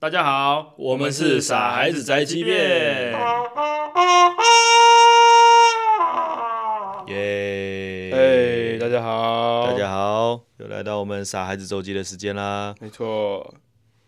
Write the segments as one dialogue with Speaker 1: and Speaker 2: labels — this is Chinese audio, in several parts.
Speaker 1: 大家好，
Speaker 2: 我们是傻孩子宅 急便耶！
Speaker 1: 哎，大家好，
Speaker 2: 大家好，又来到我们傻孩子周记的时间啦。
Speaker 1: 没错。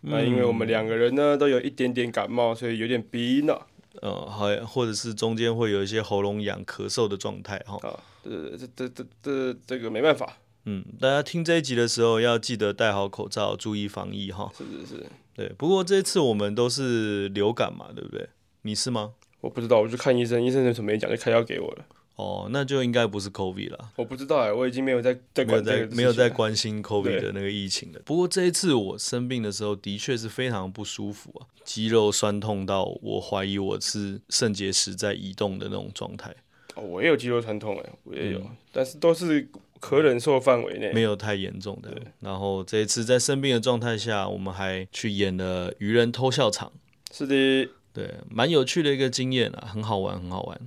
Speaker 2: 嗯
Speaker 1: 那因为我们两个人呢都有一点点感冒，所以有点鼻音了
Speaker 2: 嗯，好，或者是中间会有一些喉咙痒、咳嗽的状态哈。
Speaker 1: 啊。这这这这这这个没办法，
Speaker 2: 嗯，大家听这一集的时候要记得戴好口罩，注意防疫哈。
Speaker 1: 是是是，
Speaker 2: 对，不过这次我们都是流感嘛，对不对？你是吗？
Speaker 1: 我不知道，我去看医生，医生有什么没讲就开药给我了。
Speaker 2: 哦，那就应该不是 COVID 啦。
Speaker 1: 我不知道哎、我已经没有在在
Speaker 2: 没有
Speaker 1: 管这
Speaker 2: 在
Speaker 1: 个啊
Speaker 2: 没有在
Speaker 1: 管。
Speaker 2: 关心 COVID 的那个疫情了。不过这一次我生病的时候，的确是非常不舒服啊，肌肉酸痛到我怀疑我是肾结石在移动的那种状态，
Speaker 1: 哦，我也有肌肉酸痛哎、我也有，但是都是可忍受范围内。
Speaker 2: 嗯没有太严重的。然后这一次在生病的状态下，我们还去演了《愚人偷笑场》，
Speaker 1: 是的，
Speaker 2: 对，蛮有趣的一个经验啊，很好玩，很好玩。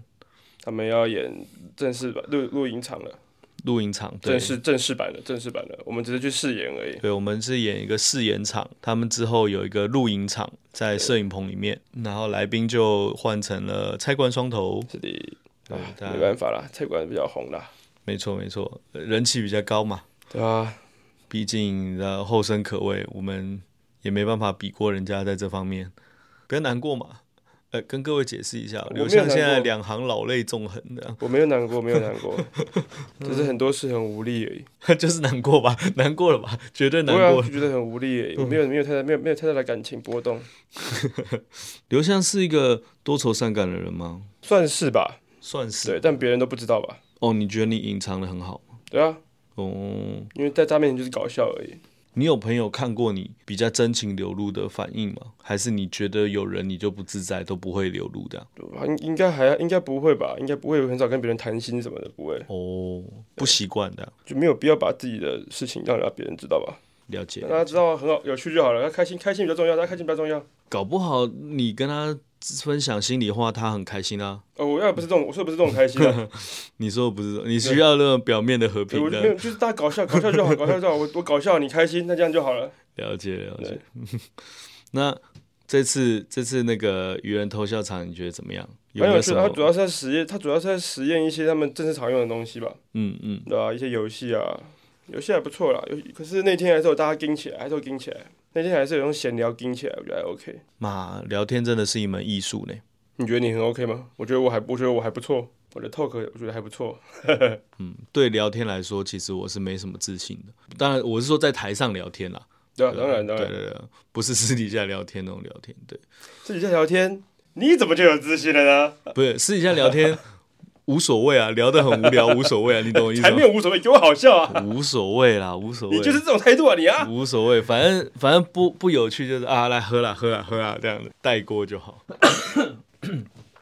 Speaker 1: 他们要演正式版录录影场了，
Speaker 2: 露营场对
Speaker 1: 正。式正式版的正式版的，我们只是去试演而已。
Speaker 2: 对，我们是演一个试演场，他们之后有一个露营场在摄影棚里面，然后来宾就换成了菜冠双头，
Speaker 1: 是的，嗯啊
Speaker 2: 对，大
Speaker 1: 没
Speaker 2: 家
Speaker 1: 办法啦，菜馆比较红啦，
Speaker 2: 没错没错，呃人气比较高嘛，
Speaker 1: 对啊，
Speaker 2: 毕竟呃后生可畏，我们也没办法比过人家在这方面，不要难过嘛。呃，跟各位解释一下，
Speaker 1: 我没有
Speaker 2: 刘向
Speaker 1: 难
Speaker 2: 现在
Speaker 1: 过
Speaker 2: 两行老泪纵横的，
Speaker 1: 我没有难过，没有难 过，只是很多事很无力而已。
Speaker 2: 就是难过吧， 难过了吧，绝对难
Speaker 1: 我
Speaker 2: 过
Speaker 1: 就。觉得很无力而已，我没有没有太大没有没有太大的感情波动，
Speaker 2: 刘向是一个多愁善感的人吗？
Speaker 1: 算是吧，
Speaker 2: 算是
Speaker 1: 对，但别人都不知道吧，
Speaker 2: 哦。你觉得你隐藏的很好
Speaker 1: 对啊，
Speaker 2: 哦？
Speaker 1: 因为在他面前就是搞笑而已。
Speaker 2: 你有朋友看过你比较真情流露的反应吗？还是你觉得有人你就不自在都不会流露的？
Speaker 1: 应应该还应该不会吧？应该不会，很少跟别人谈心什么的，不会，
Speaker 2: 哦，不习惯的，
Speaker 1: 就没有必要把自己的事情让让别人知道吧？
Speaker 2: 了解
Speaker 1: 让。大家知道很好有趣就好了，开心开心比较重要，大家开心比较重要。
Speaker 2: 搞不好你跟他分享心里话，他很开心啊。
Speaker 1: 哦，我要不是这种，我说不是这种开心 啊，
Speaker 2: 你说的不是？你需要那种表面的和
Speaker 1: 对
Speaker 2: 平
Speaker 1: 我就没有，
Speaker 2: 的。
Speaker 1: 就是大家搞笑，搞笑就好，搞笑就好，我我搞笑，你开心，那这样就好了。
Speaker 2: 了解了解
Speaker 1: 对。
Speaker 2: 那这次这次那个愚人偷笑场，你觉得怎么样？有
Speaker 1: 蛮
Speaker 2: 没
Speaker 1: 有
Speaker 2: 有
Speaker 1: 趣
Speaker 2: 什
Speaker 1: 的，
Speaker 2: 么
Speaker 1: 他？主要是在实验，他主要是在实验一些他们正式常用的东西吧，
Speaker 2: 嗯嗯，
Speaker 1: 对吧、一些游戏啊，游戏还不错啦，游可是那天还是有大家盯起来，还是有盯起来，那天还是有用闲聊盯起来，我觉得还 OK。
Speaker 2: 嘛，聊天真的是一门艺术呢。
Speaker 1: 你觉得你很 OK 吗？我觉得我还，我觉得我还不错，我的 talk 我觉得还不错。
Speaker 2: 嗯，对聊天来说，其实我是没什么自信的。当然，我是说在台上聊天啦。
Speaker 1: 对啊，当然当
Speaker 2: 对
Speaker 1: 然，
Speaker 2: 对对，不是私底下聊天那种聊天。对。
Speaker 1: 自己在聊天，你怎么就有自信了呢？
Speaker 2: 不是私底下聊天无所谓啊，聊得很无聊无所谓啊，你懂我意思
Speaker 1: 才没
Speaker 2: 吗？
Speaker 1: 有无所谓，给我好笑啊！
Speaker 2: 无所谓啦，无所谓，
Speaker 1: 你就是这种态度啊，你啊！
Speaker 2: 无所谓，反正反正不不有趣就是啊，来喝啦喝啦喝啦这样子带过就好，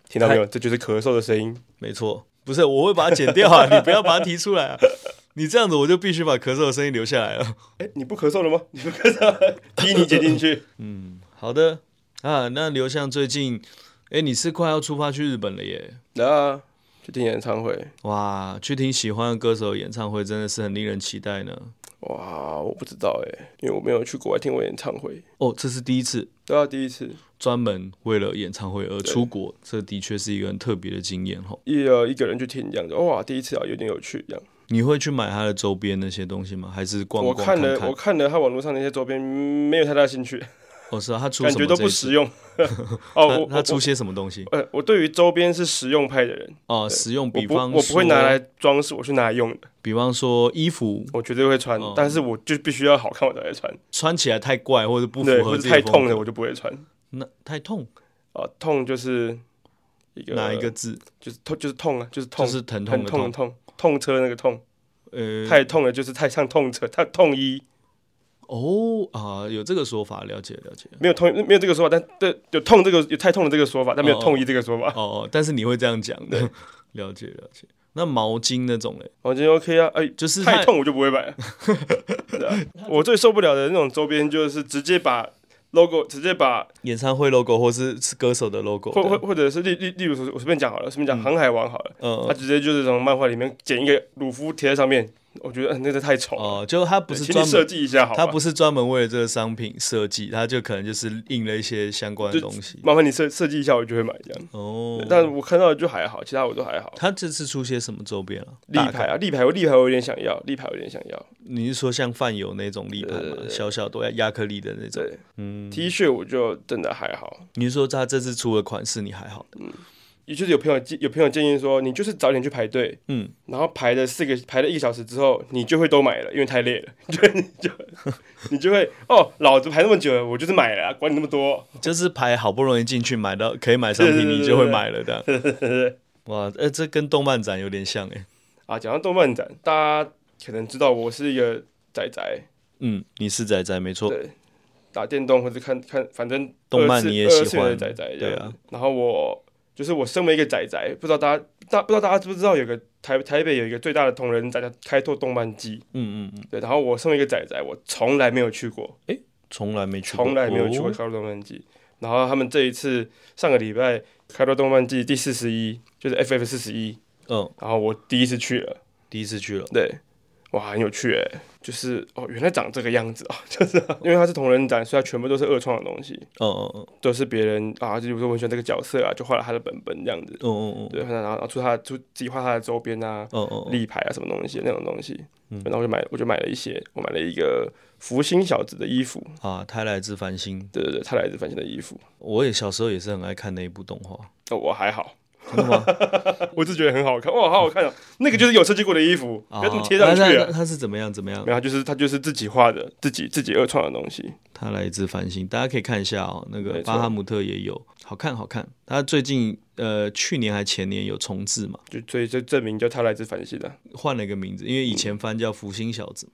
Speaker 1: 听到没有？这就是咳嗽的声音。
Speaker 2: 没错，不是我会把它剪掉啊，你不要把它提出来啊， 你这样子我就必须把咳嗽的声音留下来了。
Speaker 1: 哎，你不咳嗽了吗？你不咳嗽， 逼你接进去。
Speaker 2: 好的啊，那刘向最近，哎，你是快要出发去日本了耶。
Speaker 1: 那去听演唱会，
Speaker 2: 哇，去听喜欢的歌手演唱会真的是很令人期待呢。
Speaker 1: 哇，我不知道哎，因为我没有去国外听过演唱会，
Speaker 2: 哦，这是第一次，
Speaker 1: 对啊，第一次，
Speaker 2: 专门为了演唱会而出国，这的确是一个很特别的经验哦吼。
Speaker 1: 一呃一个人去听这样子，哇，第一次啊，有点有趣这样。
Speaker 2: 你会去买它的周边那些东西吗？还是逛
Speaker 1: 我
Speaker 2: 逛看
Speaker 1: 了，我看了他网络上那些周边，嗯没有太大兴 趣，
Speaker 2: 哦，是啊，它出
Speaker 1: 感
Speaker 2: 什
Speaker 1: 觉
Speaker 2: 么
Speaker 1: 都
Speaker 2: 这
Speaker 1: 不
Speaker 2: 一次？
Speaker 1: 实 用。哦，我
Speaker 2: 它它
Speaker 1: 我
Speaker 2: 出些什么东西？
Speaker 1: 呃，我对于周边是实用派的人，
Speaker 2: 哦，实用，
Speaker 1: 呃我
Speaker 2: 比
Speaker 1: 不
Speaker 2: 方
Speaker 1: 我不会
Speaker 2: 说
Speaker 1: 拿来，装饰，我是拿来用的，
Speaker 2: 比方说衣服
Speaker 1: 我绝对会穿，但是我就必须要好看我才会穿，
Speaker 2: 穿起来太怪或者不符
Speaker 1: 对，
Speaker 2: 合
Speaker 1: 或
Speaker 2: 自
Speaker 1: 者
Speaker 2: 己
Speaker 1: 太
Speaker 2: 风
Speaker 1: 痛
Speaker 2: 格
Speaker 1: 了我就不会穿。
Speaker 2: 那太痛，
Speaker 1: 啊，痛就是一个
Speaker 2: 哪一个字？
Speaker 1: 就是痛就是痛啊，就是痛，
Speaker 2: 就是疼
Speaker 1: 很
Speaker 2: 的
Speaker 1: 痛的痛，痛车那个痛，
Speaker 2: 呃，
Speaker 1: 太痛了，就是太像痛车，太痛医
Speaker 2: 哦啊，有这个说法，了解了解。
Speaker 1: 没有痛没有这个说法，但对有痛这个有太痛的这个说法，但没有
Speaker 2: 哦
Speaker 1: 痛医这个说法。
Speaker 2: 哦，哦但是你会这样讲的， 了解了解。那毛巾那种嘞，
Speaker 1: 我觉得 OK 啊，哎，
Speaker 2: 就是它
Speaker 1: 太痛我就不会买 了。对啊我最受不了的那种周边就是直接把 logo 直接把
Speaker 2: 演唱会 logo 或是是歌手的 logo，
Speaker 1: 或
Speaker 2: 这
Speaker 1: 或
Speaker 2: 样
Speaker 1: 或者是例例例如说，我随便讲好了，随便讲《航海王》好了，
Speaker 2: 嗯
Speaker 1: 他直接就是从漫画里面剪一个鲁夫贴在上面，我觉得、呃那个太丑了，
Speaker 2: 哦，就它不
Speaker 1: 对
Speaker 2: 是
Speaker 1: 请你
Speaker 2: 专
Speaker 1: 设
Speaker 2: 门，
Speaker 1: 计一下好吧？
Speaker 2: 它不是专门为了这个商品设计，它就可能就是印了一些相关的
Speaker 1: 就
Speaker 2: 东西。
Speaker 1: 麻烦你设设计一下，我就会买这样。
Speaker 2: 哦
Speaker 1: 对，但我看到的就还好，其他我都还好。
Speaker 2: 它这次出些什么周边啊？
Speaker 1: 立
Speaker 2: 大
Speaker 1: 牌
Speaker 2: 概，
Speaker 1: 啊，立牌，我立牌我有点想要，立牌我有点想要。
Speaker 2: 你是说像饭友那种立牌吗？小小都要亚克力的那种。
Speaker 1: 对，嗯，T 恤我就真的还好，
Speaker 2: 你是说它这次出的款式你还 好的？
Speaker 1: 也就是有朋友建有朋友建议说，你就是早点去排队，
Speaker 2: 嗯，
Speaker 1: 然后排了四个排了一个小时之后，你就会都买了，因为太累了， 就你就你就会哦，老子排那么久了，我就是买了啊、管你那么多。
Speaker 2: 就是牌好不容易进去买到可以买商品，
Speaker 1: 对对对
Speaker 2: 你就会买了这样。哇，呃，这跟动漫展有点像哎、
Speaker 1: 啊，讲到动漫展，大家可能知道我是一个仔仔，
Speaker 2: 嗯，你是仔仔没错，
Speaker 1: 对，打电动或者看看，反正
Speaker 2: 动漫
Speaker 1: 二次
Speaker 2: 你也喜欢
Speaker 1: 二次元的仔仔这
Speaker 2: 对
Speaker 1: 样。
Speaker 2: 啊
Speaker 1: 然后我就是我身为一个仔仔，不知道大家大不知道大家知不知道有个台台北有一个最大的同人展叫开拓动漫季，
Speaker 2: 嗯嗯嗯，
Speaker 1: 对。然后我身为一个仔仔，我从来没有去
Speaker 2: 哦
Speaker 1: 过，
Speaker 2: 从来没去过，
Speaker 1: 从来没有去过
Speaker 2: 哦
Speaker 1: 开拓动漫季。然后他们这一次上个礼拜开拓动漫季第四十一，就是 FF 四十一，
Speaker 2: 嗯，
Speaker 1: 然后我第一次去了，
Speaker 2: 第一次去了，
Speaker 1: 对，哇，很有趣哎，就是哦，原来长这个样子啊， 就是、因为它是同人展，所以它全部都是二创的东西，
Speaker 2: 嗯嗯
Speaker 1: 都是别人啊，就比如说我很喜欢这个角色啊，就画了他的本本这样子，
Speaker 2: 嗯嗯嗯嗯
Speaker 1: 对，然后然后出他出自己画他的周边啊、
Speaker 2: 嗯嗯嗯，
Speaker 1: 立牌啊什么东西那种东西，然后我就买我就买了一些，我买了一个福星小子的衣服，
Speaker 2: 啊，他来自繁星，
Speaker 1: 对对对，他来自繁星的衣服，
Speaker 2: 我也小时候也是很爱看那一部动 画，
Speaker 1: 哦，我还好。
Speaker 2: 真的吗？
Speaker 1: 我只觉得很好看，哇，好好看哦！那个就是有设计过的衣服，不要这么贴上去
Speaker 2: 哦那那那
Speaker 1: 啊！
Speaker 2: 它是怎么样怎么样？
Speaker 1: 然后就是他就是自己画的，自己自己二创的东西。
Speaker 2: 它来自繁星，大家可以看一下哦。那个
Speaker 1: 没错
Speaker 2: 巴哈姆特也有，好看好看。它最近呃去年还前年有重置嘛，
Speaker 1: 就所以就证明就他来自繁星的。
Speaker 2: 换了一个名字，因为以前翻叫福星小 子。。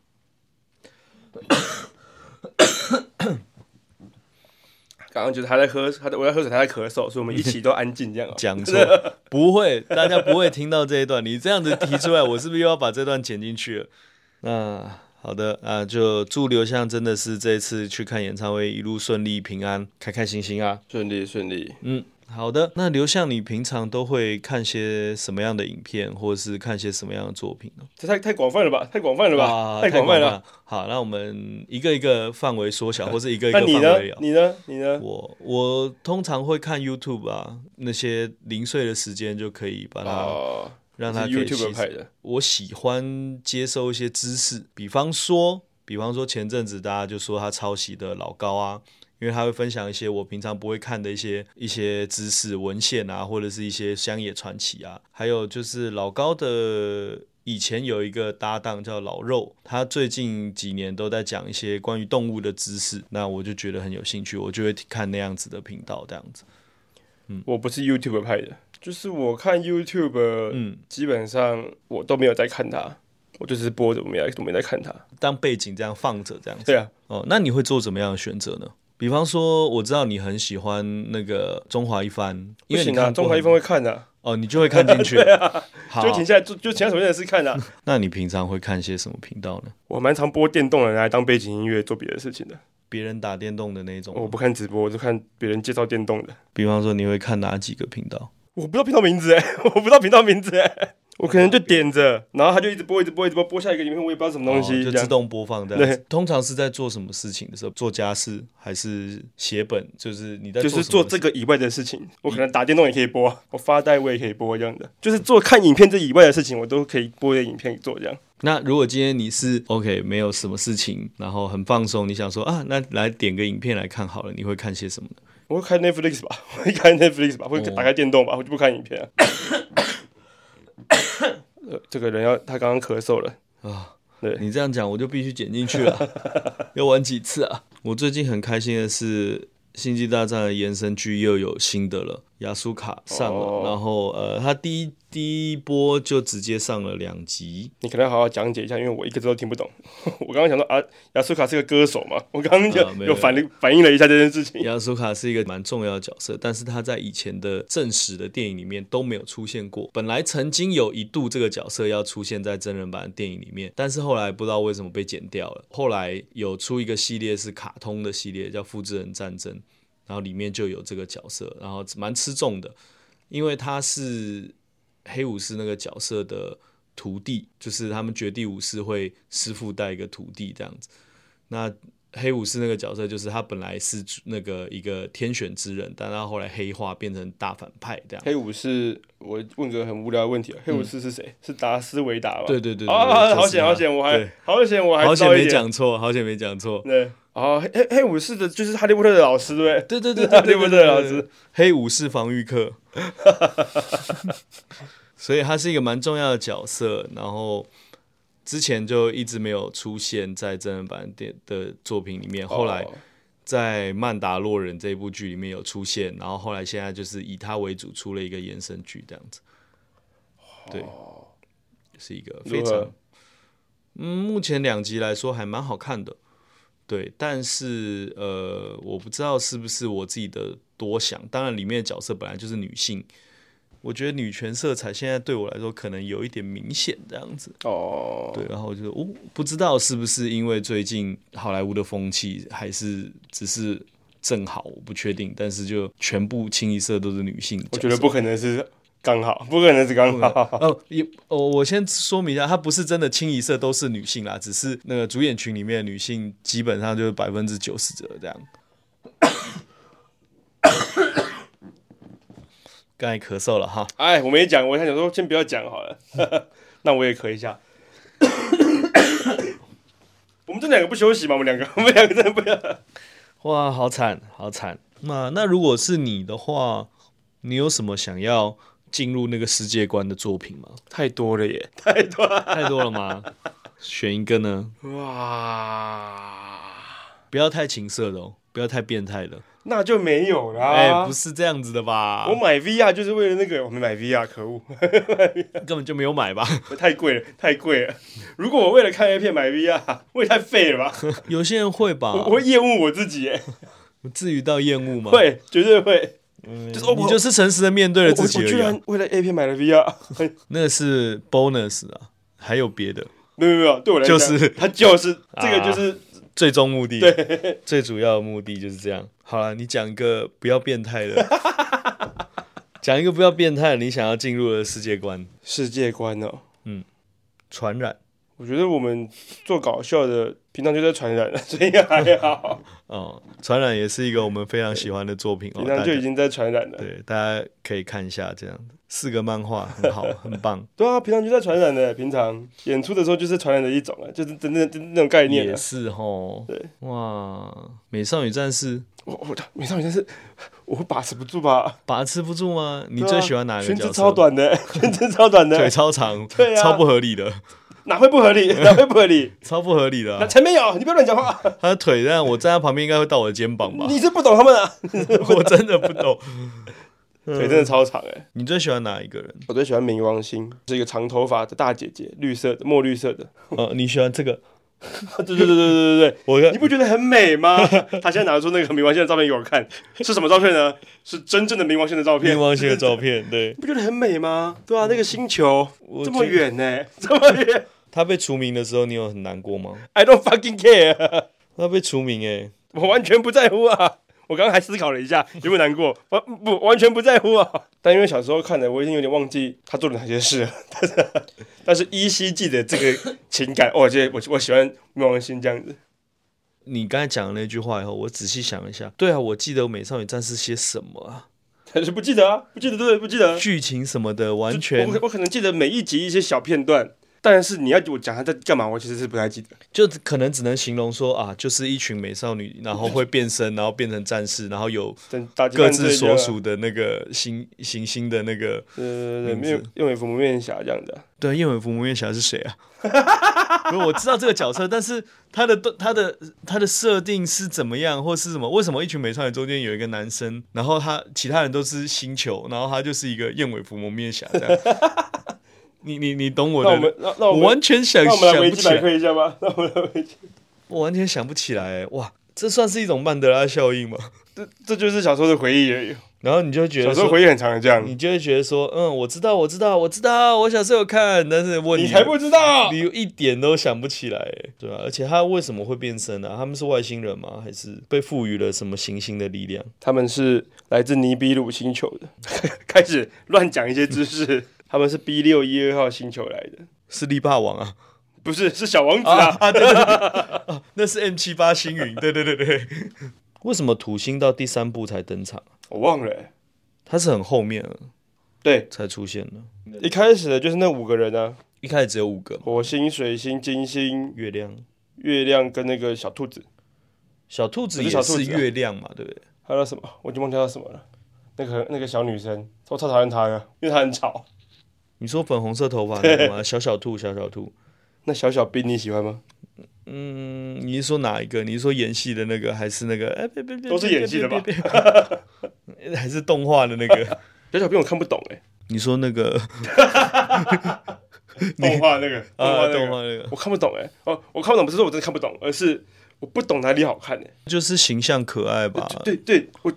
Speaker 1: 刚刚就是他在喝，他在我在喝水，他在咳嗽，所以我们一起都安静这样、啊
Speaker 2: 讲错，不会，大家不会听到这一段。你这样子提出来，我是不是又要把这段剪进去了？ 那好的，那就祝刘向真的是这次去看演唱会一路顺利、平安、开开心心啊！
Speaker 1: 顺利顺利，
Speaker 2: 嗯，好的。那刘向，你平常都会看些什么样的影片，或者是看些什么样的作品呢？
Speaker 1: 这太太广泛了吧？太广泛了吧？
Speaker 2: 啊
Speaker 1: 广泛了。
Speaker 2: 了。好，那我们一个一个范围 缩小，或是一个一
Speaker 1: 那
Speaker 2: 个
Speaker 1: 你
Speaker 2: 范
Speaker 1: 呢
Speaker 2: 围聊？。啊
Speaker 1: 你呢？你呢？
Speaker 2: 我我通常会看 YouTube 啊，那些零碎的时间就可以把它、
Speaker 1: 哦，
Speaker 2: 让
Speaker 1: 你
Speaker 2: 它
Speaker 1: 是
Speaker 2: 可以吸
Speaker 1: YouTube
Speaker 2: 收
Speaker 1: 派的，
Speaker 2: 我喜欢接受一些知识，比方说，比方说前阵子大家就说他抄袭的老高啊，因为他会分享一些我平常不会看的一些一些知识文献啊，或者是一些乡野传奇啊，还有就是老高的。以前有一个搭档叫老肉，他最近几年都在讲一些关于动物的知识，那我就觉得很有兴趣，我就会看那样子的频道，这样子。嗯
Speaker 1: 我不是 YouTube 派的，就是我看 YouTube，
Speaker 2: 嗯，
Speaker 1: 基本上我都没有在看它，我就是播着，我没在都没在看它。
Speaker 2: 当背景这样放着，这样子。
Speaker 1: 对啊，
Speaker 2: 哦，那你会做怎么样的选择呢？比方说，我知道你很喜欢那个中华一番，
Speaker 1: 不
Speaker 2: 因为你
Speaker 1: 行啊，
Speaker 2: 看
Speaker 1: 中华一
Speaker 2: 番
Speaker 1: 番会看的、啊，
Speaker 2: 哦，你就会 看进去。好
Speaker 1: 就，停下来就就其他什么的事看的、 啊。
Speaker 2: 那你平常会看些什么频道呢？
Speaker 1: 我蛮常播电动的来当背景音乐做别的事情的，
Speaker 2: 别人打电动的那种吗，
Speaker 1: 我不看直播，我就看别人介绍电动的。
Speaker 2: 比方说你会看哪几个频道？
Speaker 1: 我不知道频道名字哎、 我不知道频道名字哎、我可能就点着，然后他就一直播，一直播，一直播，播下一个影片，我也不知道什么东西，
Speaker 2: 哦就
Speaker 1: 这
Speaker 2: 自
Speaker 1: 样。
Speaker 2: 动播放这样子。通常是在做什么事情的时候？做家事还是写本？就是你在
Speaker 1: 就是
Speaker 2: 什么
Speaker 1: 做这个以外的事情，我可能打电动也可以播，我发呆我也可以播这样的，就是做看影片这以外的事情，我都可以播一点影片做这样。
Speaker 2: 那如果今天你是 OK 没有什么事情，然后很放松，你想说啊，那来点个影片来看好了，你会看些什么呢？
Speaker 1: 我会看 Netflix 吧，我会看 Netflix 吧，会
Speaker 2: 哦
Speaker 1: 打开电动吧，我就不看影 片、啊。呃这个人要他刚刚咳嗽了，
Speaker 2: 啊你这样讲，我就必须剪进去了，要玩几次啊？我最近很开心的是，《星际大战》的延伸剧又有新的了，雅苏卡上了，
Speaker 1: 哦
Speaker 2: 然后呃，它第一第一波就直接上了两集，
Speaker 1: 你可能要好好讲解一下，因为我一个字都听不懂。 我刚刚想说啊，雅苏卡是个歌手嘛，我刚刚就
Speaker 2: 啊没有
Speaker 1: 有反应反应了一下这件事情。
Speaker 2: 亚苏卡是一个蛮重要的角色，但是他在以前的正史的电影里面都没有出现过。本来曾经有一度这个角色要出现在真人版的电影里面，但是后来不知道为什么被剪掉了。后来有出一个系列是卡通的系列，叫《复制人战争》，然后里面就有这个角色，然后蛮吃重的，因为他是黑武士那个角色的徒弟，就是他们绝地武士会师傅带一个徒弟这样子。那黑武士那个角色就是他本来是那个一个天选之人，但他后来黑化变成大反派这样。
Speaker 1: 黑武士，我问个很无聊的问题啊，黑武士是谁？是达斯维达吧？
Speaker 2: 对对对对
Speaker 1: 啊，
Speaker 2: 对
Speaker 1: 好险
Speaker 2: 就是他
Speaker 1: 好险，我还
Speaker 2: 对
Speaker 1: 好险我还
Speaker 2: 好
Speaker 1: 知
Speaker 2: 险
Speaker 1: 道一
Speaker 2: 没
Speaker 1: 点。
Speaker 2: 讲错，好险没讲错。
Speaker 1: 对，哦，黑黑黑武士的就是哈利波特的老师， 对不对。
Speaker 2: 对对对对对
Speaker 1: 哈利波
Speaker 2: 对
Speaker 1: 特老
Speaker 2: 对
Speaker 1: 师
Speaker 2: 对对，黑武士防御 课，所以他是一个蛮重要的角色。然后之前就一直没有出现在真人版电的作品里面，后来
Speaker 1: 哦
Speaker 2: 在《曼达洛人》这部剧里面有出现，然后后来现在就是以他为主出了一个延伸剧，这样子。对，是一个非
Speaker 1: 如
Speaker 2: 常
Speaker 1: 何，
Speaker 2: 嗯，目前两集来说还蛮好看的。对，但是呃，我不知道是不是我自己的多想。当然，里面的角色本来就是女性，我觉得女权色彩现在对我来说可能有一点明显这样子。
Speaker 1: 哦，
Speaker 2: 对，然后我就我、哦、不知道是不是因为最近好莱坞的风气，还是只是正好，我不确定。但是就全部清一色都是女性角色，
Speaker 1: 我觉得不 可能是刚好，不可能是刚好。
Speaker 2: 哦，也哦，我先说明一下，它不是真的清一色都是女性啦，只是那个主演群里面的女性基本上就是百分之九十这 样。刚才咳嗽了哈，
Speaker 1: 哎，我没讲，我想想说，先不要讲好了。 那我也咳一下。我们这两个不休息吗？我们两个，我们两个真的不要。
Speaker 2: 哇，好惨，好惨。那那如果是你的话，你有什么想要进入那个世界观的作品吗？
Speaker 1: 太多了 耶！
Speaker 2: 太多了吗？选一个呢？
Speaker 1: 哇，
Speaker 2: 不要太情色的哦，不要太变态的。
Speaker 1: 那就没有啊啦。
Speaker 2: 哎、不是这样子的吧？
Speaker 1: 我买 VR 就是为了那个，我没买 VR，可恶，
Speaker 2: 根本就没有买吧？
Speaker 1: 太贵了，太贵了。如果我为了看 A 片买 VR，我也太废 了吧？
Speaker 2: 有些人会吧？
Speaker 1: 我我会厌恶我自己耶，
Speaker 2: 至于到厌恶吗？
Speaker 1: 会，绝对会。
Speaker 2: 嗯，
Speaker 1: 就是哦我
Speaker 2: 你就是诚实的面对
Speaker 1: 我
Speaker 2: 了
Speaker 1: 我
Speaker 2: 自己而
Speaker 1: 居
Speaker 2: 已啊、
Speaker 1: 然为了 A 片买了 VR，
Speaker 2: 那个是 bonus 啊，还有别的
Speaker 1: 没有没有没有，对我来讲，
Speaker 2: 就是啊
Speaker 1: 它就是这个就是
Speaker 2: 最终目的，对，最主要的目的就是这样。好了，你讲一个不要变态的， 讲一个不要变态的，你想要进入的世界观，
Speaker 1: 世界观哦。
Speaker 2: 传染
Speaker 1: 我觉得我们做搞笑的，平常就在传染了， 所以还好，
Speaker 2: 哦，传染也是一个我们非常喜欢的作品哦，
Speaker 1: 平
Speaker 2: 大
Speaker 1: 常就已
Speaker 2: 家
Speaker 1: 经在传染了。
Speaker 2: 对大家可以看一下这样的四个漫画，很好， 很棒，
Speaker 1: 对啊，平常就在传染的，平常演出的时候就是传染的一种啊，就是真正那种概念
Speaker 2: 也
Speaker 1: 啊。
Speaker 2: 是吼
Speaker 1: 对，
Speaker 2: 哇，美少女战士
Speaker 1: 我哦我的美少女战士，我会把持不住吧？
Speaker 2: 把持不住吗？你
Speaker 1: 对啊
Speaker 2: 最喜欢哪个
Speaker 1: 裙
Speaker 2: 角
Speaker 1: 子
Speaker 2: 色？
Speaker 1: 超短的，裙子超短
Speaker 2: 腿
Speaker 1: 的，
Speaker 2: 超长，
Speaker 1: 对啊
Speaker 2: 超不合理的，
Speaker 1: 哪会不合理？哪会不合理？
Speaker 2: 超不合理的
Speaker 1: 那
Speaker 2: 啊、
Speaker 1: 才没有，你不要乱讲话，
Speaker 2: 他的腿，但我站在旁边应该会到我的肩 膀吧？
Speaker 1: 你是不懂他们啊。
Speaker 2: 我真的不懂。嗯
Speaker 1: 腿真的超长哎，
Speaker 2: 你最喜欢哪一 个人？
Speaker 1: 我最喜欢冥王星，是一个长头发的大姐姐，绿色的，墨绿色的。
Speaker 2: 哦，你喜欢这个？
Speaker 1: 对对对对对对对。
Speaker 2: 我
Speaker 1: 你不觉得很美吗？ 他现在拿出那个冥王星的照片给我看，是什么照片呢？是真正的冥王星的照片
Speaker 2: 冥。王星的照片，对
Speaker 1: 你不觉得很美吗？对啊，那个星球
Speaker 2: 我
Speaker 1: 这么
Speaker 2: 觉
Speaker 1: 远呢、这么远
Speaker 2: 他被除名的时候，你有很难过吗？
Speaker 1: ，I don't fucking care，
Speaker 2: 他被除名哎、
Speaker 1: 我完全不在乎啊。我刚刚还思考了一下，有没有难过？完不完全不在乎啊。但因为小时候看的，我已经有点忘记他做了哪些事了， 但是但是依稀记得这个情感。哦，这我我喜欢冥王星这样子。
Speaker 2: 你刚才讲的那句话以后，我仔细想了一下，对啊，我记得《美少女战士》些什么啊，
Speaker 1: 但是不记得啊，不记得，对不对？不记得。
Speaker 2: 剧情什么的，
Speaker 1: 就
Speaker 2: 完全
Speaker 1: 我我可能记得每一集一些小片段，但是你要我讲他在干嘛，我其实是不太记得。
Speaker 2: 就可能只能形容说啊，就是一群美少女，然后会变身，然后变成战士，然后有
Speaker 1: 但大家
Speaker 2: 各自所，
Speaker 1: 啊
Speaker 2: 属的那个行行星的那个，
Speaker 1: 对对对对，
Speaker 2: 名
Speaker 1: 面
Speaker 2: 字
Speaker 1: 用为伏魔面侠这样子啊。
Speaker 2: 对，燕尾服魔面侠是谁啊？ 不是，我知道这个角色，但是他的他的他的设定是怎么样，或是什么？为什么一群美少女中间有一个男生，然后他其他人都是星球，然后他就是一个燕尾服魔面侠这样？ 你你你懂我
Speaker 1: 那
Speaker 2: 的？
Speaker 1: 我们那那我
Speaker 2: 我
Speaker 1: 们
Speaker 2: 完全想
Speaker 1: 那我们来
Speaker 2: 想
Speaker 1: 维
Speaker 2: 不
Speaker 1: 基
Speaker 2: 起
Speaker 1: 百
Speaker 2: 来，
Speaker 1: 科一下吧。 那我们来维基，
Speaker 2: 我完全想不起来、哇，这算是一种曼德拉效应吗？
Speaker 1: 这这就是小时候的回忆而已。
Speaker 2: 然后你就觉
Speaker 1: 小
Speaker 2: 得
Speaker 1: 时候
Speaker 2: 说，
Speaker 1: 回忆很长的这样，
Speaker 2: 你就会觉得说，嗯，我知道，我知道，我知道，我小时候有看，但是问
Speaker 1: 你才不知 道。
Speaker 2: 你一点都想不起来，对吧、啊而且他为什么会变身呢、啊？他们是外星人吗？还是被赋予了什么行星的力量？
Speaker 1: 他们是来自尼比鲁 星球的，开始乱讲一些知识。他们是 B 六一二号星球来的，
Speaker 2: 是力霸王啊，
Speaker 1: 不是是小王子啊，
Speaker 2: 啊，对对对，啊 那是 M 七八星云，对对对对。 为什么土星到第三部才登场？
Speaker 1: 我忘了、欸。
Speaker 2: 它是很后面了
Speaker 1: 对，
Speaker 2: 才出现的，
Speaker 1: 一开始的就是那五个人啊，
Speaker 2: 一开始只有五个嘛
Speaker 1: 火星、水星、金星、
Speaker 2: 月亮，
Speaker 1: 月亮跟那个小兔子，
Speaker 2: 小兔子
Speaker 1: 可
Speaker 2: 也
Speaker 1: 是小兔
Speaker 2: 是
Speaker 1: 子啊
Speaker 2: 月亮嘛，对不对？
Speaker 1: 还有什么？我已经忘记叫什么了。那个那个小女生，我超讨厌她的，因为她很吵。
Speaker 2: 你说粉红色头发那个吗？小小兔，小小兔。
Speaker 1: 那小小兵你喜欢吗？
Speaker 2: 嗯，你是说哪一个？你是说演戏的那个，还是那个？哎，别别别，
Speaker 1: 都是演戏的吧
Speaker 2: 别？别别 还是动画的那个？
Speaker 1: 小小兵我看不懂哎、
Speaker 2: 你说 那个
Speaker 1: 动画那个，动画
Speaker 2: 啊，
Speaker 1: 那
Speaker 2: 动
Speaker 1: 个，
Speaker 2: 画那个，
Speaker 1: 我看不懂哎、哦，我看不懂不是说我真的看不懂，而是我不懂哪里好看哎、
Speaker 2: 就是形象可爱吧？
Speaker 1: 对对，我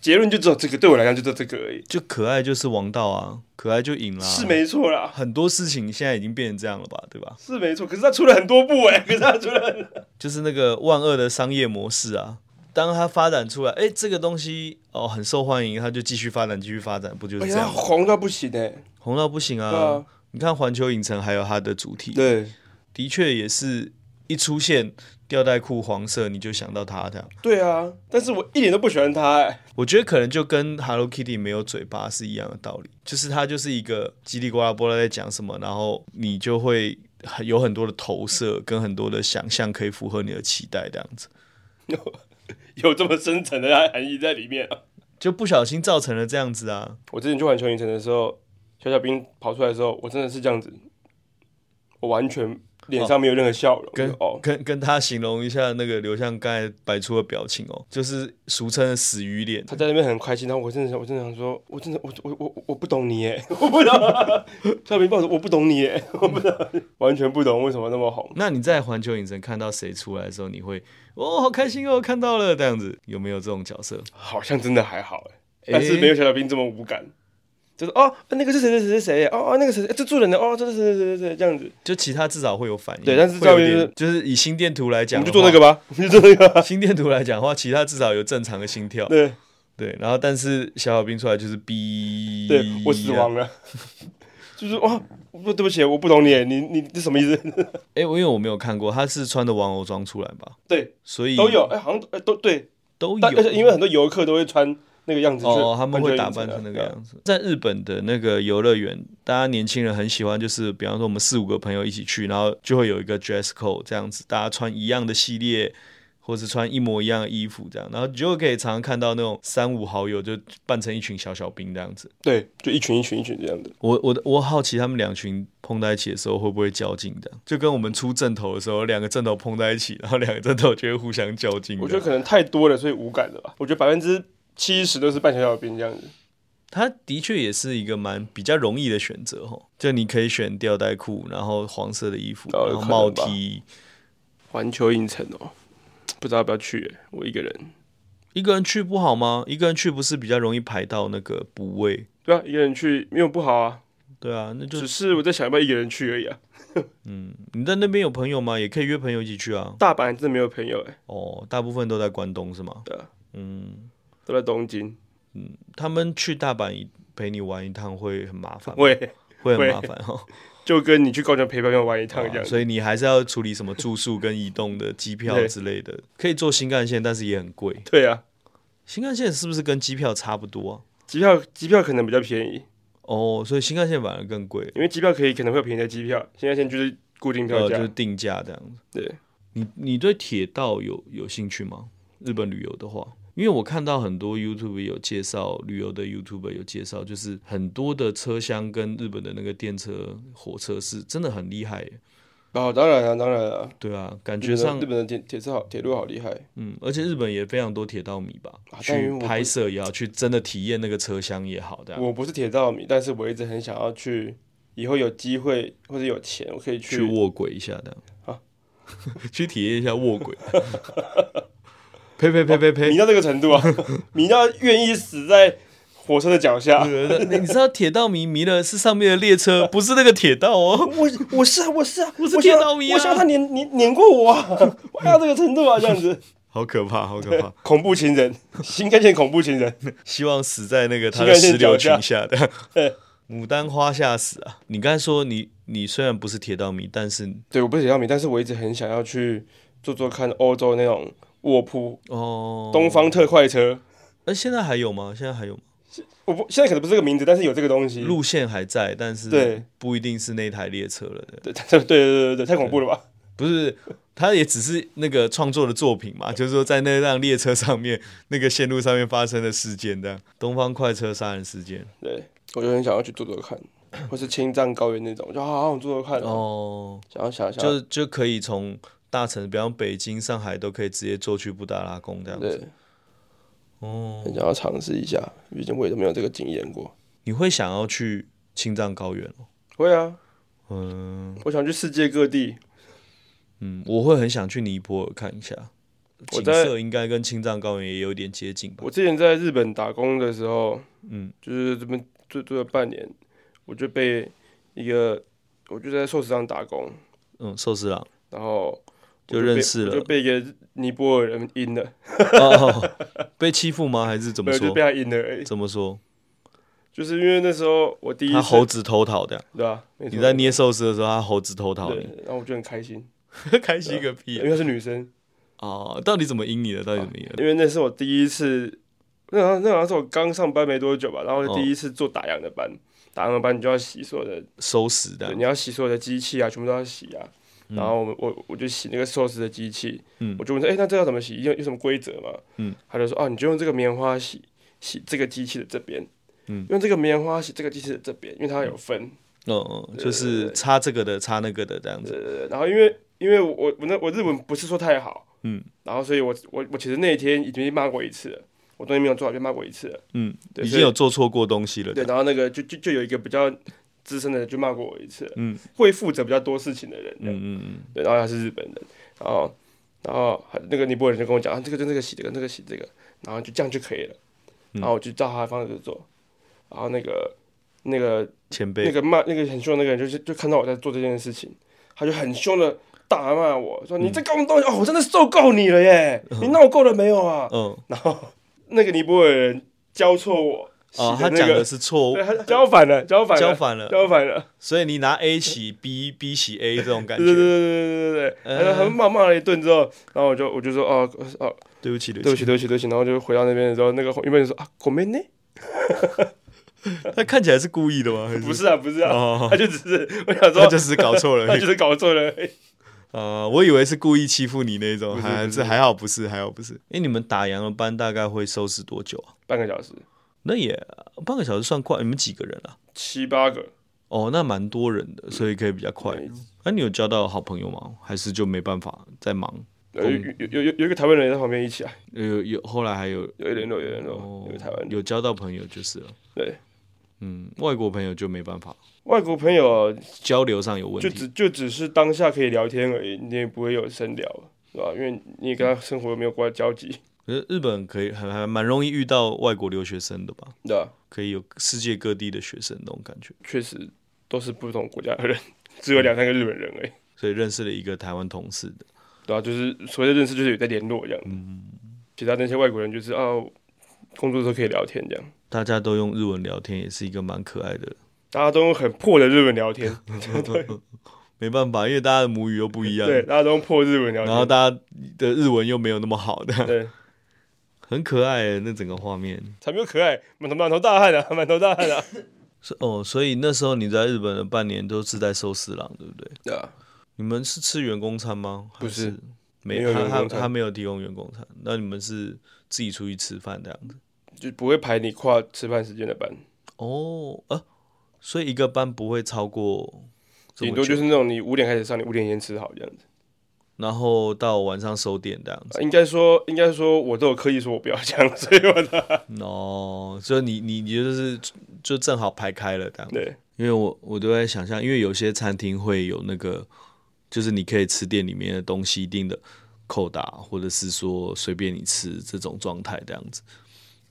Speaker 1: 结论就只有这个，对我来讲就只有这个而已，
Speaker 2: 就可爱就是王道啊，可爱就赢啦。
Speaker 1: 是没错啦，
Speaker 2: 很多事情现在已经变成这样了吧，对吧？
Speaker 1: 是没错。可是他出了很多部哎、可是他出了很
Speaker 2: 就是那个万恶的商业模式啊，当它发展出来，哎，这个东西哦很受欢迎，它就继续发展，继续发展，不就是
Speaker 1: 哎
Speaker 2: 这
Speaker 1: 呀，
Speaker 2: 样？
Speaker 1: 红到不行哎、
Speaker 2: 红到不行
Speaker 1: 对
Speaker 2: 啊！
Speaker 1: 啊，
Speaker 2: 你看环球影城还有它的主题，
Speaker 1: 对
Speaker 2: 的确也是一出现吊带裤黄色，你就想到它这样。
Speaker 1: 对啊，但是我一点都不喜欢他哎、
Speaker 2: 我觉得可能就跟 Hello Kitty 没有嘴巴是一样的道理，就是它就是一个叽里呱啦呱啦在讲什么，然后你就会很有很多的投射跟很多的想象可以符合你的期待这样子，
Speaker 1: 有这么深层的含义在里面啊。
Speaker 2: 就不小心造成了这样子啊。
Speaker 1: 我之前去环球影城的时候，小小兵跑出来的时候，我真的是这样子，我完全脸上没有任何笑容。
Speaker 2: 跟
Speaker 1: 就哦，
Speaker 2: 跟跟他形容一下那个刘向刚才摆出的表情哦，就是俗称的死鱼脸，
Speaker 1: 他在那边很开心，然后我真的想，我真的想说，我真的，我我我我不懂你耶， 我不懂，小明抱着我不懂你耶，我不懂，完全不懂为什么那么红。
Speaker 2: 那你在环球影城看到谁出来的时候，你会哦好开心哦，看到了这样子，有没有这种角色？
Speaker 1: 好像真的还好哎，但是没有小小兵这么无感，就是哦，那个是谁谁谁谁谁，哦哦那个谁谁这住人的，哦这是谁谁谁谁谁这样子，
Speaker 2: 就其他至少会有反应。
Speaker 1: 对但是
Speaker 2: 会有
Speaker 1: 照片
Speaker 2: 点就是以心电图来
Speaker 1: 我
Speaker 2: 讲，
Speaker 1: 们就做那个。吧，我们就做那 个吧，
Speaker 2: 心电图来讲的话，其他至少有正常的心跳，
Speaker 1: 对
Speaker 2: 对。然后，但是小小兵出来就是哔，
Speaker 1: 对，我死亡。了， 就是哇，不对不起，我不懂你耶，你你这什么意思？
Speaker 2: 哎、我因为我没有看过，他是穿的玩偶装出来吧？
Speaker 1: 对，
Speaker 2: 所以
Speaker 1: 都有，哎好像哎都对，
Speaker 2: 都
Speaker 1: 但而且
Speaker 2: 有。
Speaker 1: 因为很多游客都会穿那个样子去环球影城
Speaker 2: 哦，
Speaker 1: 啊，
Speaker 2: 他们会打扮成那个
Speaker 1: 对啊
Speaker 2: 样子。在日本的那个游乐园，大家年轻人很喜欢，就是比方说我们四五个朋友一起去，然后就会有一个 dress code 这样子，大家穿一样的系列，或是穿一模一样的衣服这样，然后你就可以常常看到那种三五好友就扮成一群小小兵这样子。
Speaker 1: 对，就一群一群一群这样的。
Speaker 2: 我我我好奇他们两群碰在一起的时候会不会较劲的，就跟我们出正头的时候，两个正头碰在一起，然后两个正头就会互相较劲这样。
Speaker 1: 我觉得可能太多了，所以无感的吧。我觉得百分之七十都是扮小小兵这样子。
Speaker 2: 它的确也是一个蛮比较容易的选择吼，就你可以选吊带裤，然后黄色的衣服，
Speaker 1: 哦
Speaker 2: 然
Speaker 1: 有
Speaker 2: 后
Speaker 1: 可能
Speaker 2: 帽
Speaker 1: 吧
Speaker 2: 梯，
Speaker 1: 环球影城哦，不知道要不要去、欸，我一个人。
Speaker 2: 一个人去不好吗？一个人去不是比较容易排到那个补位？
Speaker 1: 对啊，一个人去没有不好啊，
Speaker 2: 对啊，那就
Speaker 1: 只是我在想要不要一个人去而已啊。
Speaker 2: 你在那边有朋友吗？也可以约朋友一起去啊。
Speaker 1: 大阪真的没有朋友哎、欸，
Speaker 2: 哦，大部分都在关东是吗？
Speaker 1: 对啊，
Speaker 2: 嗯，
Speaker 1: 都在东京。
Speaker 2: 他们去大阪陪你玩一趟会很麻烦，
Speaker 1: 喂，
Speaker 2: 会很
Speaker 1: 会
Speaker 2: 麻烦哦。
Speaker 1: 就跟你去高雄陪朋友玩一趟这样子。
Speaker 2: 所以你还是要处理什么住宿跟移动的机票
Speaker 1: 对
Speaker 2: 之类的，可以坐新干线，但是也很贵。
Speaker 1: 对啊，
Speaker 2: 新干线是不是跟机票差不多啊？
Speaker 1: 机票机票可能比较便宜，
Speaker 2: 哦，所以新干线反而更贵，
Speaker 1: 因为机票可以可能会有便宜的机票，现在先就是固定票
Speaker 2: 呃，
Speaker 1: 价。
Speaker 2: 就是定价这样子。
Speaker 1: 对，
Speaker 2: 你你对铁道有有兴趣吗？日本旅游的话，因为我看到很多 YouTube 有介绍旅游的 YouTube 有介绍，就是很多的车厢跟日本的那个电车、火车是真的很厉害耶。
Speaker 1: 哦，当然啊，当然啊，
Speaker 2: 对啊，
Speaker 1: 日本
Speaker 2: 感觉
Speaker 1: 的
Speaker 2: 上
Speaker 1: 日本的铁铁车好铁路好厉害。
Speaker 2: 嗯，而且日本也非常多铁道迷吧，
Speaker 1: 啊但因为
Speaker 2: 去
Speaker 1: 我不
Speaker 2: 拍摄也好，去真的体验那个车厢也好，这样
Speaker 1: 我不是铁道迷，但是我一直很想要去，以后有机会或者有钱，我可以去啊
Speaker 2: 去卧轨一下这样， 去体验一下 卧轨。呸呸呸呸呸！
Speaker 1: 迷到这个程度 啊，迷到愿意死在火车的脚下。
Speaker 2: 你你知道铁道迷迷的是上面的列车，不是那个铁 道哦。
Speaker 1: 我我是啊，我是啊，我
Speaker 2: 是
Speaker 1: 想要
Speaker 2: 铁道迷啊
Speaker 1: 我想要他碾碾碾过我啊，我爱到这个程度啊，这样子，
Speaker 2: 好可怕，好可怕！
Speaker 1: 恐怖情人，新干线恐怖情人，
Speaker 2: 希望死在那个他
Speaker 1: 新
Speaker 2: 的
Speaker 1: 干线
Speaker 2: 石 榴
Speaker 1: 脚
Speaker 2: 裙下的。牡丹花下死啊！你刚才说你你虽然不是铁道迷，但是
Speaker 1: 对，我不是铁道迷，但是我一直很想要去坐坐看欧洲那种卧铺、
Speaker 2: 哦，
Speaker 1: 东方特快车。
Speaker 2: 那现在还有吗？现在还有吗？
Speaker 1: 我不现在可能不是这个名字，但是有这个东西。
Speaker 2: 路线还在，但是
Speaker 1: 对
Speaker 2: 不一定是那台列车了。
Speaker 1: 对
Speaker 2: 对
Speaker 1: 对对对对对，太恐怖了吧？
Speaker 2: 不是，它也只是那个创作的作品嘛，就是说在那辆列车上面那个线路上面发生的事件，这样东方快车杀人事件。
Speaker 1: 对，我就很想要去坐坐看，或是青藏高原那种，我就好好想坐坐看哦。
Speaker 2: 哦，
Speaker 1: 想要想要想要，
Speaker 2: 就就可以从大城，比方北京、上海都可以直接坐去布达拉宫这样子。
Speaker 1: 对，
Speaker 2: 哦，
Speaker 1: 很想要尝试一下，毕竟我也都没有这个经验过。
Speaker 2: 你会想要去青藏高原哦？
Speaker 1: 会啊，
Speaker 2: 嗯
Speaker 1: 我想去世界各地。
Speaker 2: 嗯，我会很想去尼泊尔看一下，
Speaker 1: 我
Speaker 2: 景
Speaker 1: 在
Speaker 2: 色应该跟青藏高原也有点接近吧。
Speaker 1: 我之前在日本打工的时候，
Speaker 2: 嗯，
Speaker 1: 就是这边做做了半年，我就被一个，我就在寿司上打工，
Speaker 2: 嗯，寿 司郎
Speaker 1: 然后我
Speaker 2: 就
Speaker 1: 被
Speaker 2: 认识
Speaker 1: 我
Speaker 2: 了
Speaker 1: 就，被一个尼泊尔人阴了，
Speaker 2: 哦，被欺负吗？还是怎么
Speaker 1: 没呃有就
Speaker 2: 说
Speaker 1: 被？他阴了而已，
Speaker 2: 怎么说？
Speaker 1: 就是因为那时候我第一
Speaker 2: 他
Speaker 1: 次
Speaker 2: 猴子偷桃的，
Speaker 1: 对吧？没错
Speaker 2: 你在捏寿司的时候，他猴子偷桃
Speaker 1: 对
Speaker 2: 你，，
Speaker 1: 然后我就很 开心，
Speaker 2: 开心个
Speaker 1: 因
Speaker 2: 屁
Speaker 1: 为她是女生，
Speaker 2: 啊！到底怎么赢你的？到底怎么赢的？
Speaker 1: 因为那是我第一次，那好像那好像是我刚上班没多久吧，然后就
Speaker 2: 哦
Speaker 1: 第一次做打烊的班，打烊的班你就要洗所有的
Speaker 2: 收拾的啊
Speaker 1: 对，你要洗所有的机器啊，全部都要洗啊。然后我我我就洗那个寿司的机器，
Speaker 2: 嗯
Speaker 1: 我就问说，哎、那这要怎么洗？有有什么规则吗？
Speaker 2: 嗯，
Speaker 1: 他就说，哦，你就用这个棉花洗洗这个机器的这边，
Speaker 2: 嗯，
Speaker 1: 用这个棉花洗这个机器的这边，因为它有分。
Speaker 2: 嗯嗯，就是擦这个的，擦那个的这样子。
Speaker 1: 呃，然后因为因为我我那我日文不是说太好，
Speaker 2: 嗯，
Speaker 1: 然后所以我我我其实那一天已经被骂过一次了，我东西没有做好被骂过一次了，
Speaker 2: 嗯，
Speaker 1: 对
Speaker 2: 已
Speaker 1: 所
Speaker 2: 经
Speaker 1: 以
Speaker 2: 有做错过东西了。
Speaker 1: 对，然后那个就就就有一个比较资深的就骂过我一次了，
Speaker 2: 嗯
Speaker 1: 会负责比较多事情的人，这样
Speaker 2: 嗯嗯嗯，
Speaker 1: 对，然后他是日本人，然后然后那个尼泊尔人就跟我讲，啊，这个就这个洗这个，那个洗这个，然后就这样就可以了。然后我就照他的方式做，然后那个那个
Speaker 2: 前
Speaker 1: 那
Speaker 2: 辈，
Speaker 1: 个骂那个很凶的那个人，就是就看到我在做这件事情，他就很凶的大骂我说：“你这搞什么东西？哦，我真的受够你了耶！你闹够了没有啊
Speaker 2: 嗯，？”
Speaker 1: 然后那个尼泊尔人教错我洗
Speaker 2: 哦，他
Speaker 1: 那
Speaker 2: 讲
Speaker 1: 个
Speaker 2: 的，是 错误
Speaker 1: 对，，他教反了，教反
Speaker 2: 交
Speaker 1: 了，
Speaker 2: 反了，
Speaker 1: 教反了。
Speaker 2: 所以你拿 A 洗 B，B 洗 A 这种感
Speaker 1: 对对对
Speaker 2: 觉。
Speaker 1: 对对对对，
Speaker 2: 呃
Speaker 1: 然后他骂骂了一顿之后，然后我就我就说哦哦，
Speaker 2: 对不起，对
Speaker 1: 对
Speaker 2: 不
Speaker 1: 不
Speaker 2: 起，
Speaker 1: 起对不起对不起，然后就回到那边的时候，那个原本就说啊，狗妹呢？
Speaker 2: 他看起来是故意的吗？还
Speaker 1: 不，是啊不是啊，
Speaker 2: 哦，
Speaker 1: 他就只是我想
Speaker 2: 他
Speaker 1: 说
Speaker 2: 就，是搞错了
Speaker 1: 他
Speaker 2: 而已
Speaker 1: 就。是搞错了而已，
Speaker 2: 呃，我以为是故意欺负你那种，
Speaker 1: 不是
Speaker 2: 还
Speaker 1: 不
Speaker 2: 是还好不是，还好不是。哎、你们打烊的班大概会收拾多久啊？
Speaker 1: 半个小时
Speaker 2: 那也呃半个小时算快，你们几个人啊？
Speaker 1: 七八个，
Speaker 2: 哦，那蛮多人的，所以可以比较快。
Speaker 1: 对
Speaker 2: 那、你有交到好朋友吗？还是就没办法在忙？
Speaker 1: 有有有有有一个台湾人也在旁边一起啊，
Speaker 2: 有有后来还有
Speaker 1: 有一联络有一联络，
Speaker 2: 哦
Speaker 1: 有一个台湾人，
Speaker 2: 有交到朋友就是了。
Speaker 1: 对，
Speaker 2: 嗯，外国朋友就没办法，
Speaker 1: 外国朋友
Speaker 2: 交流上有问
Speaker 1: 就
Speaker 2: 题。
Speaker 1: 只就只是当下可以聊天而已，你也不会有深聊，是吧？因为你也跟他生活没有过交集，
Speaker 2: 可是日本可以还还蛮容易遇到外国留学生的吧？
Speaker 1: 对吧？
Speaker 2: 可以有世界各地的学生那种感觉，
Speaker 1: 确实都是不同国家的人， 只有两三个日本人而已。
Speaker 2: 所以认识了一个台湾同事的。
Speaker 1: 对啊，就是所谓的认识，就是有在联络这样。
Speaker 2: 嗯
Speaker 1: 其他那些外国人就是啊，工作的时候可以聊天这样，
Speaker 2: 大家都用日文聊天，也是一个蛮可爱的。
Speaker 1: 大家都用很破的日文聊 天，
Speaker 2: 没办法，因为大家的母语又不一样，
Speaker 1: 对，大家都用破日文聊
Speaker 2: 然后
Speaker 1: 天，
Speaker 2: 大家的日文又没有那么好的，
Speaker 1: 对，
Speaker 2: 很可爱耶那整个画面。
Speaker 1: 才没有可爱，满头满头大汗啊， 满头大汗啊，
Speaker 2: 是哦，所以那时候你在日本的半年都是在寿司郎，对不对？
Speaker 1: 对啊，
Speaker 2: 你们是吃员工餐吗？还
Speaker 1: 不是
Speaker 2: 是，没
Speaker 1: 没有
Speaker 2: 他
Speaker 1: 员
Speaker 2: 他
Speaker 1: 工餐
Speaker 2: 他没有提供员工餐，那你们是自己出去吃饭这样子？
Speaker 1: 就不会排你跨吃饭时间的班，
Speaker 2: 哦，啊，所以一个班不会超过这么
Speaker 1: 顶多
Speaker 2: 久
Speaker 1: 就是那种你五点开始上，你五点先吃好这样子。
Speaker 2: 然后到晚上收店这样子。
Speaker 1: 啊应该说，应该说，我都有刻意说我不要这样，所以我的
Speaker 2: 哦，所以你你你就是就正好排开了这样。
Speaker 1: 对
Speaker 2: 因为我我都在想象，因为有些餐厅会有那个，就是你可以吃店里面的东西一定的扣打，或者是说随便你吃这种状态这样子，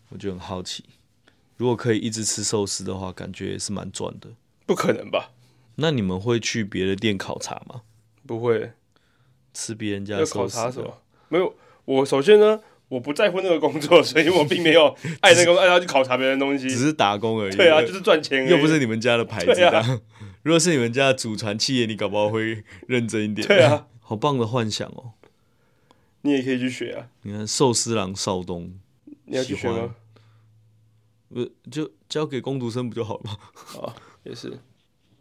Speaker 2: 我就很好奇，如果可以一直吃寿司的话，感觉也是蛮赚的。
Speaker 1: 不可能吧？
Speaker 2: 那你们会去别的店考察吗？
Speaker 1: 不会
Speaker 2: 吃别人家
Speaker 1: 要
Speaker 2: 的
Speaker 1: 考
Speaker 2: 寿司
Speaker 1: 察
Speaker 2: 的
Speaker 1: 什么？没有，我首先呢，我不在乎那个工作，所以我并没 有爱那个工作，爱到去考察别人的东西。
Speaker 2: 只是打工而已。
Speaker 1: 对啊，就是赚钱而已，
Speaker 2: 又不是你们家的牌子
Speaker 1: 对啊
Speaker 2: 当如果是你们家的祖传企业，你搞不好会认真一点。
Speaker 1: 对啊，
Speaker 2: 好棒的幻想哦！
Speaker 1: 你也可以去学啊。
Speaker 2: 你看寿司郎少东，
Speaker 1: 你要去学
Speaker 2: 喜
Speaker 1: 吗
Speaker 2: 欢？呃，就交给工读生不就好了 吗？
Speaker 1: 啊，也是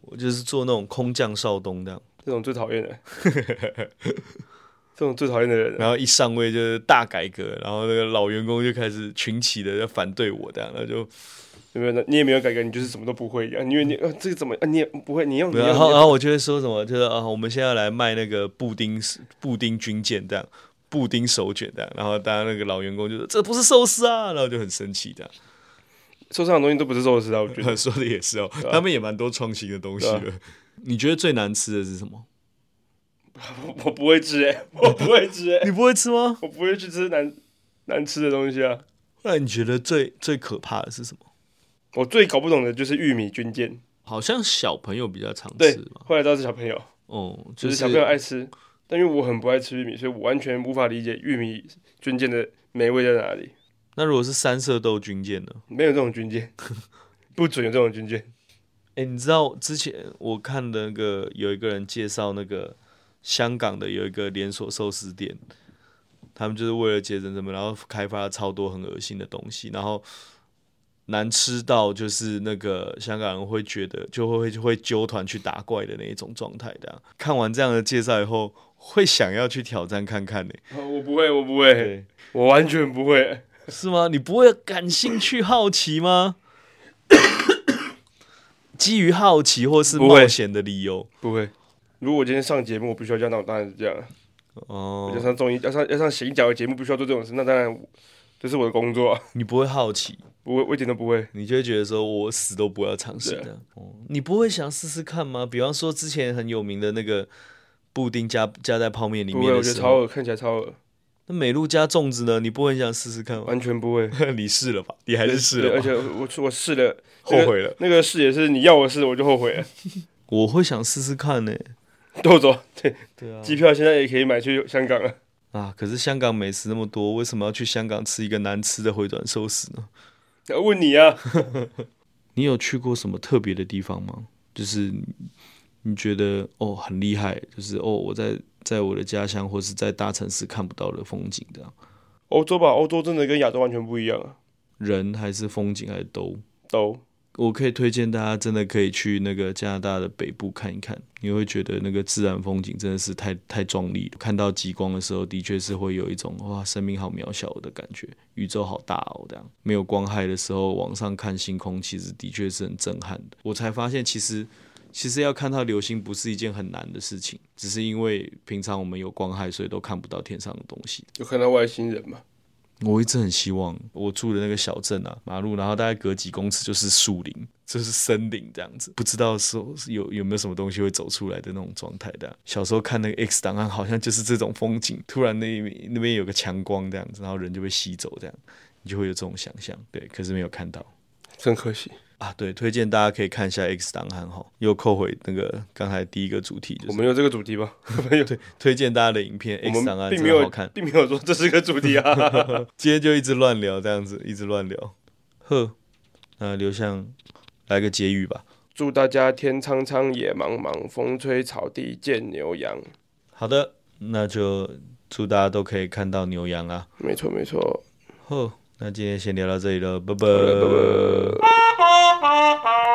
Speaker 2: 我就是做那种空降少东这样，
Speaker 1: 这种最讨厌的，这种最讨厌的人了。啊
Speaker 2: 然后一上位就是大改革，然后那个老员工就开始群起的要反对我这样，然后就
Speaker 1: 有没有呢？你也没有改革，你就是什么都不会一样。因为你呃，这个怎么啊？你也不会，你用你用
Speaker 2: 然后
Speaker 1: 你
Speaker 2: 然
Speaker 1: 用
Speaker 2: 后我就会说什么，就是啊，我们现在要来卖那个布丁布丁军舰这样，布丁手卷这样，然后当然那个老员工就说这不是寿司啊，然后就很生气这样。
Speaker 1: 受伤的东西都不是寿司啊，我 觉得。
Speaker 2: 说的也是哦，他们也蛮多创新的东西
Speaker 1: 对
Speaker 2: 的。你觉得最难吃的是什么？
Speaker 1: 我我不会吃哎、我不会吃哎、
Speaker 2: 你不会吃吗？
Speaker 1: 我不会去吃难难吃的东西啊。
Speaker 2: 那你觉得最最可怕的是什么？
Speaker 1: 我最搞不懂的就是玉米军舰，
Speaker 2: 好像小朋友比较常
Speaker 1: 对
Speaker 2: 吃吧。，
Speaker 1: 后来知道是小朋友，
Speaker 2: 哦，
Speaker 1: 就
Speaker 2: 就是
Speaker 1: 小朋友爱吃，但因为我很不爱吃玉米，所以我完全无法理解玉米军舰的美味在哪里。
Speaker 2: 那如果是三色豆军舰呢？
Speaker 1: 没有这种军 舰，不准有这种军舰。
Speaker 2: 哎、你知道之前我看的那个有一个人介绍那个香港的有一个连锁寿司店，他们就是为了节省成本，然后开发了超多很恶心的东西，然后难吃到就是那个香港人会觉得就会会会纠团去打怪的那一种状态的啊、看完这样的介绍以后，会想要去挑战看看呢、
Speaker 1: 哦我不会，我不会，
Speaker 2: 对，
Speaker 1: 我完全不会。
Speaker 2: 是吗？你不会感兴趣、好奇吗？ 基于好奇或是
Speaker 1: 不会
Speaker 2: 冒险的理由。
Speaker 1: 不会。 如果我今天上节目，我必须要这样，那我当然是这样。
Speaker 2: 哦
Speaker 1: 要，上综艺，要上要上行脚的节目，必须要做这种事，那当然这是我的工作啊。
Speaker 2: 你不会好奇，
Speaker 1: 我我一点都不会。
Speaker 2: 你就会觉得说我死都不要尝试
Speaker 1: 对啊
Speaker 2: 的。哦，你不会想试试看吗？比方说之前很有名的那个布丁加加在泡面里
Speaker 1: 不
Speaker 2: 面
Speaker 1: 会，我
Speaker 2: 的
Speaker 1: 觉得
Speaker 2: 时
Speaker 1: 超
Speaker 2: 候，
Speaker 1: 恶，看起来超恶，
Speaker 2: 那美露加粽子呢？你不会很想试试看吗？
Speaker 1: 完全不会。
Speaker 2: 你试了吧？你还是试
Speaker 1: 对
Speaker 2: 了
Speaker 1: 而
Speaker 2: 吧？
Speaker 1: 且我我试了，
Speaker 2: 后悔了。
Speaker 1: 那个试也是你要我试，我就后悔了。
Speaker 2: 我会想试试看呢、
Speaker 1: 豆走，对，
Speaker 2: 对啊，
Speaker 1: 机票现在也可以买去香港了。
Speaker 2: 啊，可是香港美食那么多，为什么要去香港吃一个难吃的回转寿司呢？
Speaker 1: 问你啊，
Speaker 2: 你有去过什么特别的地方吗？就是你觉得哦很厉害，就是哦我在在我的家乡或是在大城市看不到的风景的啊，
Speaker 1: 欧洲吧，欧洲真的跟亚洲完全不一样啊。
Speaker 2: 人还是风景还是都。
Speaker 1: 都
Speaker 2: 我可以推荐大家真的可以去那个加拿大的北部看一看，你会觉得那个自然风景真的是太太壮丽了。看到极光的时候，的确是会有一种哇，生命好渺小的感觉，宇宙好大哦，这样没有光害的时候，往上看星空，其实的确是很震撼的。我才发现，其实 其实要看到流星不是一件很难的事情，只是因为平常我们有光害，所以都看不到天上的东西。
Speaker 1: 有看到外星人嘛？
Speaker 2: 我一直很希望我住的那个小镇啊，马路，然后大概隔几公尺就是树林，就是森林这样子，不知道说有有没有什么东西会走出来的那种状态的啊、小时候看那个 X 档案，好像就是这种风景，突然那一面那边有个强光这样子，然后人就被吸走这样，你就会有这种想象，对，可是没有看到。
Speaker 1: 真可惜，
Speaker 2: 啊，对，推荐大家可以看一下 X 档案哈，又扣回那个刚才第一个主题，就
Speaker 1: 我
Speaker 2: 是
Speaker 1: 们有这个主题吧？没有，
Speaker 2: 推荐大家的影片
Speaker 1: 我
Speaker 2: X 档
Speaker 1: 们
Speaker 2: 案
Speaker 1: 并
Speaker 2: 真
Speaker 1: 没
Speaker 2: 的
Speaker 1: 有
Speaker 2: 好看，
Speaker 1: 并没有说这是个主题啊。
Speaker 2: 今天就一直乱聊这样子，一直乱聊。呵，那刘向来个结语吧。
Speaker 1: 祝大家天苍苍，野茫茫，风吹草低见牛羊。
Speaker 2: 好的，那就祝大家都可以看到牛羊啊。
Speaker 1: 没错，没错。
Speaker 2: 呵，那今天先聊到这里了，拜
Speaker 1: 好了拜拜
Speaker 2: 拜。
Speaker 3: Thank you.